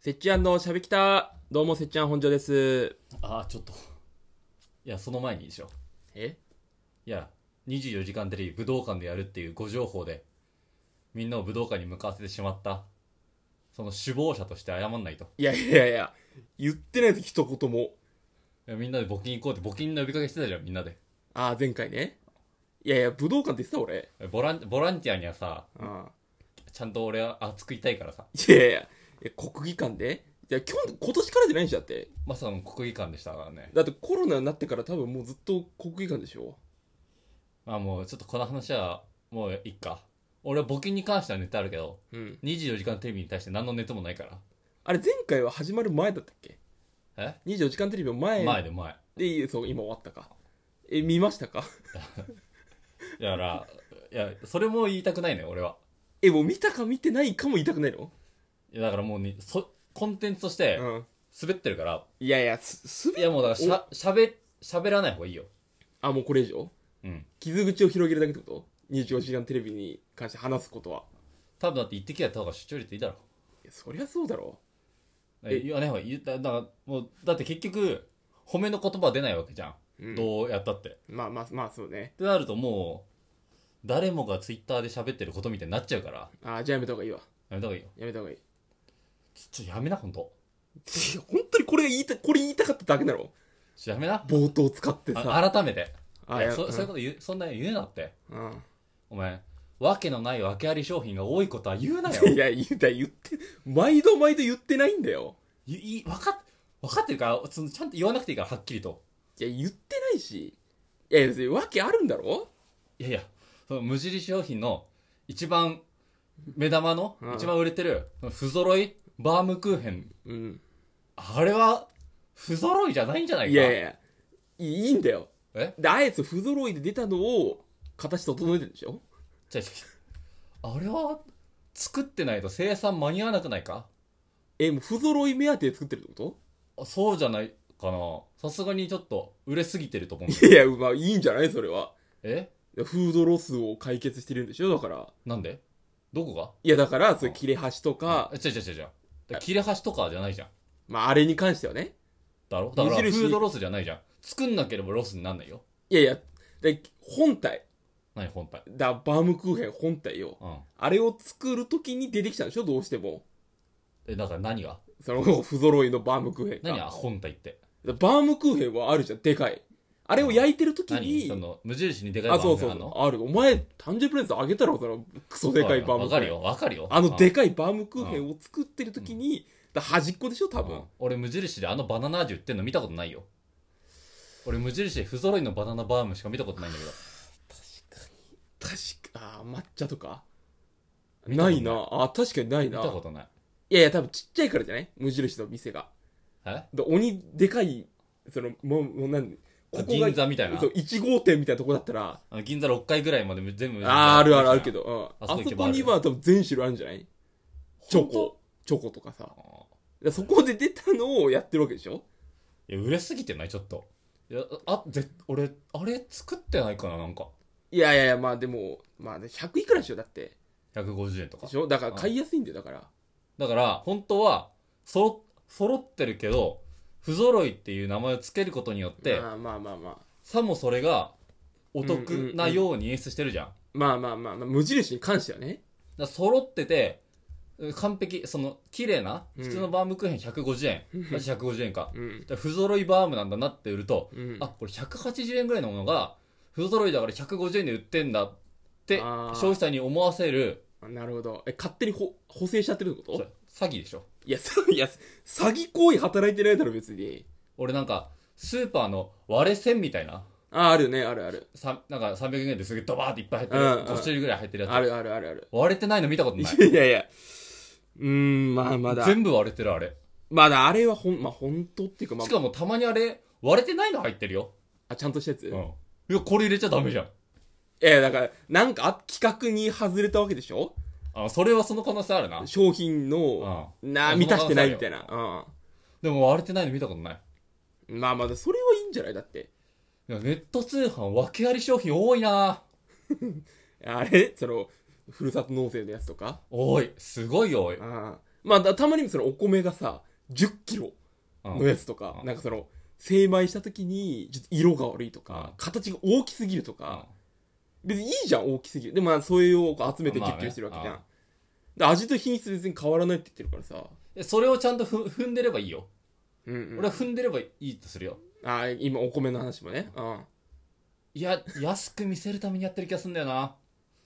せっちゃんのしゃべきたどうもせっちゃん本庄ですああちょっといやその前にでしょえいや24時間テレビ武道館でやるっていうご情報でみんなを武道館に向かわせてしまったその首謀者として謝んないといやいやいや言ってないです一言もいやみんなで募金行こうって募金の呼びかけしてたじゃんみんなでああ前回ねいやいや武道館って言ってた俺ボランボランティアにはさああちゃんと俺は熱くいたいからさいやいやいやえ国技館でいや基本今年からじゃないんじゃってまさの国技館でしたからねだってコロナになってから多分もうずっと国技館でしょまあもうちょっとこの話はもういっか俺は募金に関してはネタあるけどうん24時間テレビに対して何のネタもないからあれ前回は始まる前だったっけえ24時間テレビの前前で前でそう今終わったかえ見ましたかだからいやそれも言いたくないね俺はえもう見たか見てないかも言いたくないのいやだからもうにそコンテンツとしてうん滑ってるから、いやいやすすべいやもうだからしゃしゃべしゃべらない方がいいよあもうこれ以上うん傷口を広げるだけってこと24時間テレビに関して話すことは多分だって言ってきやった方が出張率いいだろいやそりゃそうだろだからえ言わない方がいいだだからもうだって結局褒めの言葉は出ないわけじゃん、うんどうやったってっまあまあまあそうねてなるともう誰もがツイッターで喋ってることみたいになっちゃうからやあじゃあやめた方がいいわめた方がいいよやめた方 がいいちょちょやめな本当いや本当にこれが言いたこれ言いたかっただけだろちょやめな冒頭使ってさあ改めてあいややそそういうここと言うそんな言うなってと、うんお前わけのない訳あり商品が多いことは言うなよいや言うた言って毎度毎度言ってないんだよいい分かっ分かってるからそのちゃんと言わなくていいからはっきりといや言ってないしいや別に訳あるんだろいやいやその無印良品の一番目玉の、うん一番売れてるその不揃いバームクーヘンうんあれは不揃いじゃないんじゃないかいやいやいやいいいいんだよえであえて不揃いで出たのを形整えてるんでしょ違う違う違うあれは作ってないと生産間に合わなくないかえもう不揃い目当てで作ってるってことあそうじゃないかなさすがにちょっと売れすぎてると思うんだいや、まあ、いいんじゃないそれは。えフードロスを解決してるんでしょだから。なんでどこがいや、だから、そういう切れ端とか、違う違う違う違うだから切れ端とかじゃないじゃんまあ、あれに関してはね。だろだから無フ印ードロスじゃないじゃん作んなければロスになんないよいやいや、で本体、何本体だ、バームクーヘン本体よ。うんあれを作るときに出てきたんでしょどうしても。えだから何がその、 不揃いのバームクーヘンが何が本体ってだバームクーヘンはあるじゃん、でかい。あれを焼いてるとき何そに、の無印にでかいあ、バーそムうクそーうヘンあんそうのある。お前、誕生日プレゼントあげたろその、クソでかいバームクわーかヘるン。よわかるよあのでかかいバームクーヘンを作ってるときに、だ端っこでしょ多分。俺無印であのバナナ味売ってんの見たことないよ俺無印で不揃いのバナナバームしか見たことないんだけど確かあー抹茶とか見たなことないいなあ確かにない見なたこいとないやいや多分ちっちゃいからじゃない無印の店がえで鬼でかいそのもうもう何ここが銀座みたいなそう1号店みたいなとこだったらあの銀座6階ぐらいまで全部あーあるあるあるけどど、うん、あそあそこ行けばこには多分全種類あるんじゃないチョコチョコとかさでそこで出たのをやってるわけでしょいや売れすぎてないちょっといやあぜ俺あれ作ってないかななんかいやいやいやまあでもまあ100いくらでしょだって150円とかでしょだから買いやすいんだよだからだから、本当は、そろ、揃ってるけど、不揃いっていう名前を付けることによって、まあまあまあまあさもそれがおうんうんう得んなように演出してるじゃん。だかまあまあまあまあ無印に関してはねら揃ってて、うん完璧、その、綺麗な、うん普通のバームクーヘン150円。うんあ150円か。うんだから不揃いバームなんだなって売ると、うんあ、これ180円ぐらいのものが、不揃いだから150円で売ってんだって、あー消費者に思わせる、あなるほどえ勝手にほ補正しちゃってるってこと詐欺でしょ。いやさいや詐欺行為働いてないだろ別に俺なんか、スーパーの割れ線みたいな。ああるねあるあるさなんか300円ですげえドバーっていっぱい入ってうる、んうん5種類ぐらい入ってるあやるあるあるあるつ割れてないの見たことな いいやいやうーんまあまだ全部割れてるあれまだあれはほんまあ本当っていうかまあしかもたまにあれ割れてないの入ってるよ、あちゃんとしたやつ、うん、いいやこれ入れちゃダメじゃんやだからなんかあ企画に外れたわけでしょあそれはその可能性あるな商品の、なあ満たしてないみたいなでも割れてないの見たことないうんまあまだそれはいいんじゃないだっていやネット通販訳あり商品多いなあれそのふるさと納税のやつとか多いすごい多いああまあだたまにそのお米がさ1 0キロうんのやつとか、うんなんかその精米した時にちょっと色が悪いとか、うん形が大きすぎるとか、別にいいじゃん大きすぎるでもまあそういうをこう集めてまあね10キロしてるわけじゃん、うんで味と品質別に変わらないって言ってるからさでそれをちゃんとふ踏んでればいいよ。うん、うん、俺は踏んでればいいとするよ。あー今お米の話もねうんいや、安く見せるためにやってる気がするんだよな。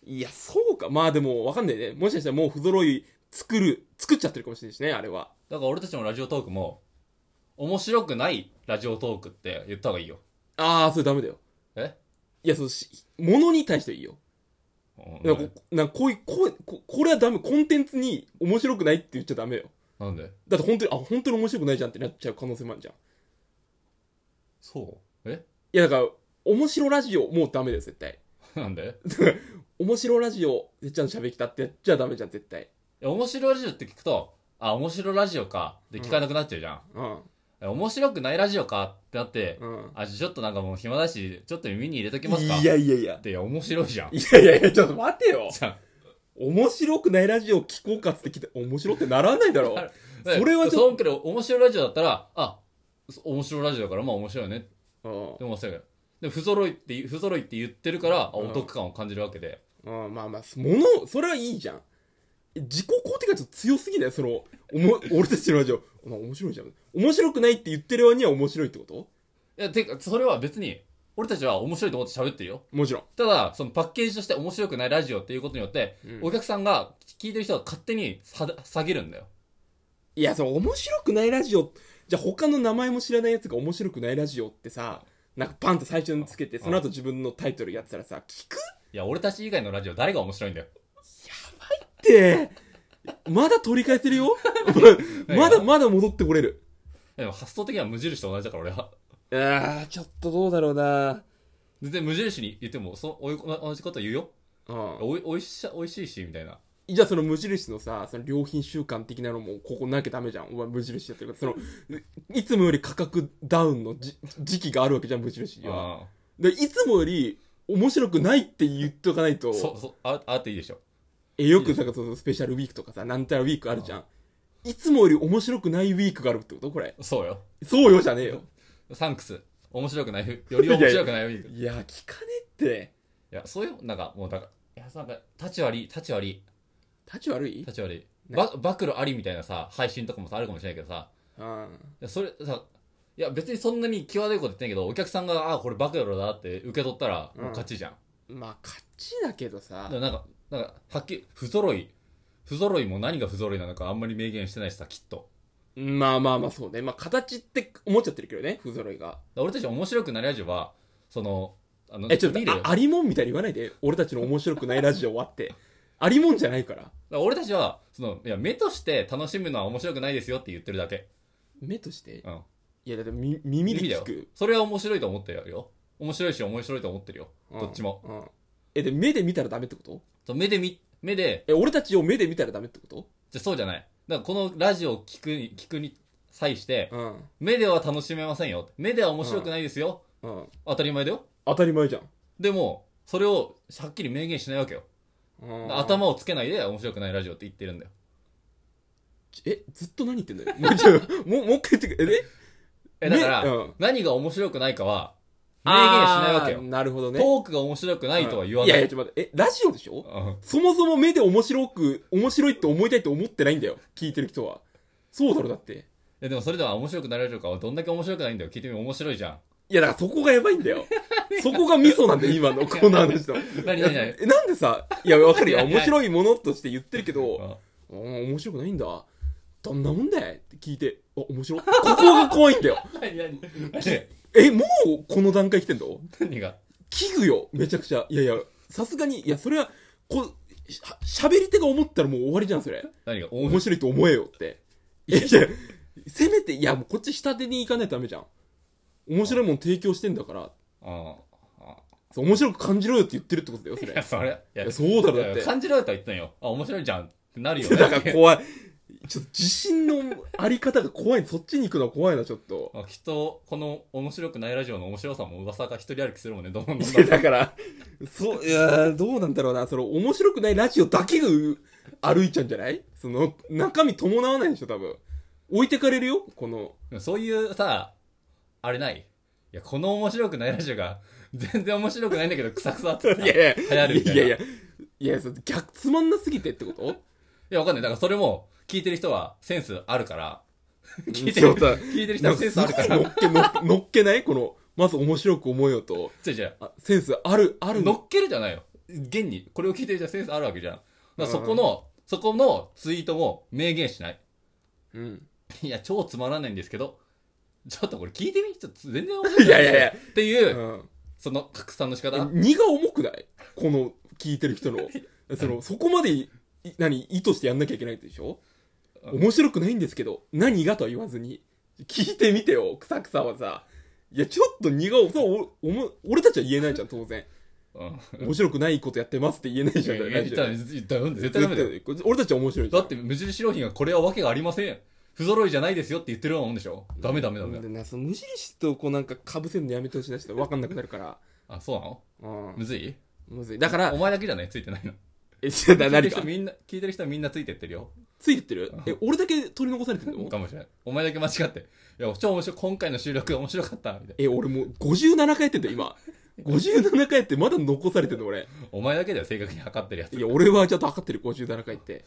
いやそうかまあでもわかんないねもしかしたらもう不揃い作る作っちゃってるかもしれないしねあれはだから俺たちのラジオトークも、面白くないラジオトークって言った方がいいよ。ああそれダメだよえいやそうし物に対してはいいようんなんかこなんかこういうこうここれはダメコンテンツに面白くないって言っちゃダメよなんでだって本当にあ本当に面白くないじゃんってなっちゃう可能性もあるじゃんいそうえ やだから面白ラジオもうダメだよ絶対なんで面白ラジオてっちゃんのしゃべきたってやっちゃダメじゃん絶対いや面白いラジオって聞くと、あ、面白いラジオか。で、聞かなくなっちゃうじゃん。うんえ面白くないラジオかってなって、うんあ、ちょっとなんかもう暇だし、ちょっと耳に入れときますか。いやいやいやって、いや面白いじゃん。いやいやいやちょっと待てよじゃ面白くないラジオを聞こうかっつって来て面白ってならない だろあそれはちょっとそんくらい面白いラジオだったら、あ、そ面白いラジオだから、まあ面白いよねってうん思ってたけど。で、不揃いって、不揃いって言ってるから、あうんお得感を感じるわけで。うん、まあまあ、もの、それはいいじゃん。自己肯定感ちょっと強すぎないその、おも、俺たちのラジオ、まあ面白いじゃん。面白くないって言ってる割には面白いってこといや、てか、それは別に、俺たちは面白いと思って喋ってるよ。もちろん。ただ、そのパッケージとして面白くないラジオっていうことによって、うんお客さんが、聞いてる人が勝手にさ下げるんだよ。いや、その面白くないラジオ、じゃあ他の名前も知らないやつが面白くないラジオってさ、なんかパンって最初につけて、うんその後自分のタイトルやってたらさ、聞くいや、俺たち以外のラジオ誰が面白いんだよ。って、まだ取り返せる よまだ、まだ戻ってこれる。でも発想的には無印と同じだから俺は。ああ、ちょっとどうだろうな全然無印に言っても、そうおい同じこと言うよ。うん。おい、おいしい、おいしいし、みたいな。じゃあその無印のさ、その良品習慣的なのもここなきゃダメじゃん。お前無印やってるから。その、いつもより価格ダウンのじ時期があるわけじゃん、無印には。あで、いつもより面白くないって言っとかないとあ。、そう、そう、あ、あっていいでしょ。え、よくなんかそのスペシャルウィークとかさ、なんたらウィークあるじゃん。いつもより面白くないウィークがあるってことこれ。そうよ。そうよじゃねえよ。サンクス。面白くない、より面白くないウィーク。いいや、聞かねえって。や、そういう、なんか、もう、だから、いや、なんか、立ち悪い、立ち悪い、立ち悪い立ち悪い。ば、暴露ありみたいなさ、配信とかもさ、あるかもしれないけどさ、うん。いやそれさ、いや、別にそんなに際どいこと言ってないけど、お客さんが、あ、これ暴露だって受け取ったら、もう勝ちじゃん。まあ、勝ちだけどさだか。らなんか、なんか、はっきり、不揃い。不揃いも何が不揃いなのかあんまり明言してないしさ、きっと。まあまあまあ、そうね。まあ、形って思っちゃってるけどね、不揃いが。だから俺たち面白くなりラジオは、その、あの、え、ちょっ見るとよだあ、かありもんみたいに言わないで、俺たちの面白くないラジオはって。ありもんじゃないから。ら俺たちは、その、いや、目として楽しむのは面白くないですよって言ってるだけ。目としてうん。いや、だってみ耳で耳だ聞よく。。それは面白いと思ってるよ。面白いし、面白いと思ってるよ。うんどっちも。うん。え、で、目で見たらダメってことそう目で見、目で、え、俺たちを目で見たらダメってことじゃそうじゃない。だからこのラジオを聞くに、聞くに際して、うん。目では楽しめませんよ。目では面白くないですよ。うん。当たり前だよ。当たり前じゃん。でも、それをはっきり明言しないわけよ。うん頭をつけないで面白くないラジオって言ってるんだよ。え、ずっと何言ってんだよ。も うちょい、もう、もう一回言ってくれ。え、だから、ねうん何が面白くないかは、明明言しないわけよ。なるほどトね。ークが面白くないとは言わいなやい。いや、ちょっと待って。え、ラジオでしょうんそもそも目で面白く、面白いって思いたいって思ってないんだよ。聞いてる人は。そうだろ、だって。えでもそれでは面白くなれるかはどんだけ面白くないんだよ。聞いてみ面白いじゃん。いや、だからそこがやばいんだ よ。そこがミソなんだよ、今の、この話の。何何何えなんでさ、いや、わかるよ。いやいや面白いものとして言ってるけうど、んあー面白くないんだ。どんなもんだよって聞いて、あ、面白い。ここが怖いんだよ。何何何え、もうこの段階来てんの何が器具よ、めちゃくちゃ。いやいや、さすがに、いや、それは、こう、しゃ喋り手が思ったらもう終わりじゃん、それ。何が面白面い。白いと思えよって。いやいや、せめて、いや、もうこっち下手に行かないとダメじゃん。面白いもん提供してんだから、うんうんそう面白く感じろよって言ってるってことだよ、それいや、。それ。いいやそうだろいやだって感じられたら言ったんよ。あ、面白いじゃんってなるよ ね。だから怖い。ちょっと自信のあり方が怖い。そっちに行くのは怖いな、ちょっと。 あきっと、この面白くないラジオの面白さも噂が一人歩きするもんね、どんどんどんど んいやだから、そう、いやーどうなんだろうな。その、面白くないラジオだけがう歩いちゃうんじゃないその、中身伴わないでしょ、多分。置いてかれるよこの、でもそういうさ、あれないいや、この面白くないラジオが、 全然面白くないんだけど、クサクサってさ。いやいや、流行るみいたいなやいや、いや、そ逆、つまんなすぎてってこといや、わかんない。だからそれも、聞いてる人はセンスあるから、 聞いてそる、うだ聞いてる人なはんセかンすスあるかごい乗ら。っけ、乗っ乗っけないこの、まず面白く思えよと、違う違う。あセンスある、ある乗っけるじゃないよ。現に、これを聞いてる人はセンスあるわけじゃん。だからそこの、そこのツイートも明言しない。うん。いや、超つまらないんですけど、ちょっとこれ聞いてみちょっと全然面白くないいやいやいやっていうう、ん。その拡散の仕方。え荷が重くないこの、聞いてる人の。その、そこまでい、い何、意図してやんなきゃいけないでしょうん面白くないんですけど、何がとは言わずに、聞いてみてよ、くさくさはさ。いや、ちょっと荷が重そう、おおも俺たちは言えないじゃん、当 然。うん。面白くないことやってますって言えないいじゃん、やいや言ったらラジ絶対オで絶対ダメだよ。絶対俺たちは面白いじだゃん。って無印良品がこれはわけがありません。不揃いじゃないですよって言ってるようなもんでしょダメダメダメ。でなその無印とこうなんか被せるのやめてほしいなちょっと分かんなくなるから。あ、そうなのうん。むずいむずい。だからお、前だけじゃないつい てないの。え、ちょな聞いて何るか人みんな、聞いてる人はみんなついてってるよ。ついてってるえ、俺だけ取り残されてるのかもしれない。お前だけ間違って。いや、超面白い。今回の収録が面白かった。みたいえ、俺もう57回やってんだよ、今。57回やってまだ残されてんの、俺。な。お前だけだよ、正確に測ってるやつ。いや、俺はちゃんと測ってる、57回って。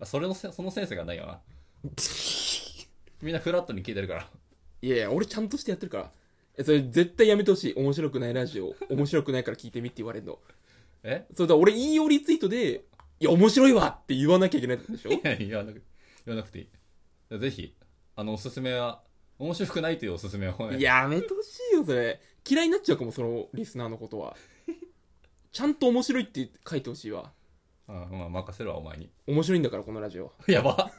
あそれのせ、そのセンスがない よな。みんなフラットに聞いてるから。いやいや、俺ちゃんとしてやってるから。え、それ絶対やめてほしい。面白くないラジオ。面白くないから聞いてみって言われるの。えそれだ、俺引用リツイートで、いや、面白いわって言わなきゃいけないんでしょいや言わなく、言わなくていい。ぜひ、あの、おすすめは、面白くないというおすすめをね、やめてほしいよ、それ。嫌いになっちゃうかも、そのリスナーのことは。ちゃんと面白いって書いてほしいわ。うんまあ、任せるわ、お前に。面白いんだから、このラジオ。やば。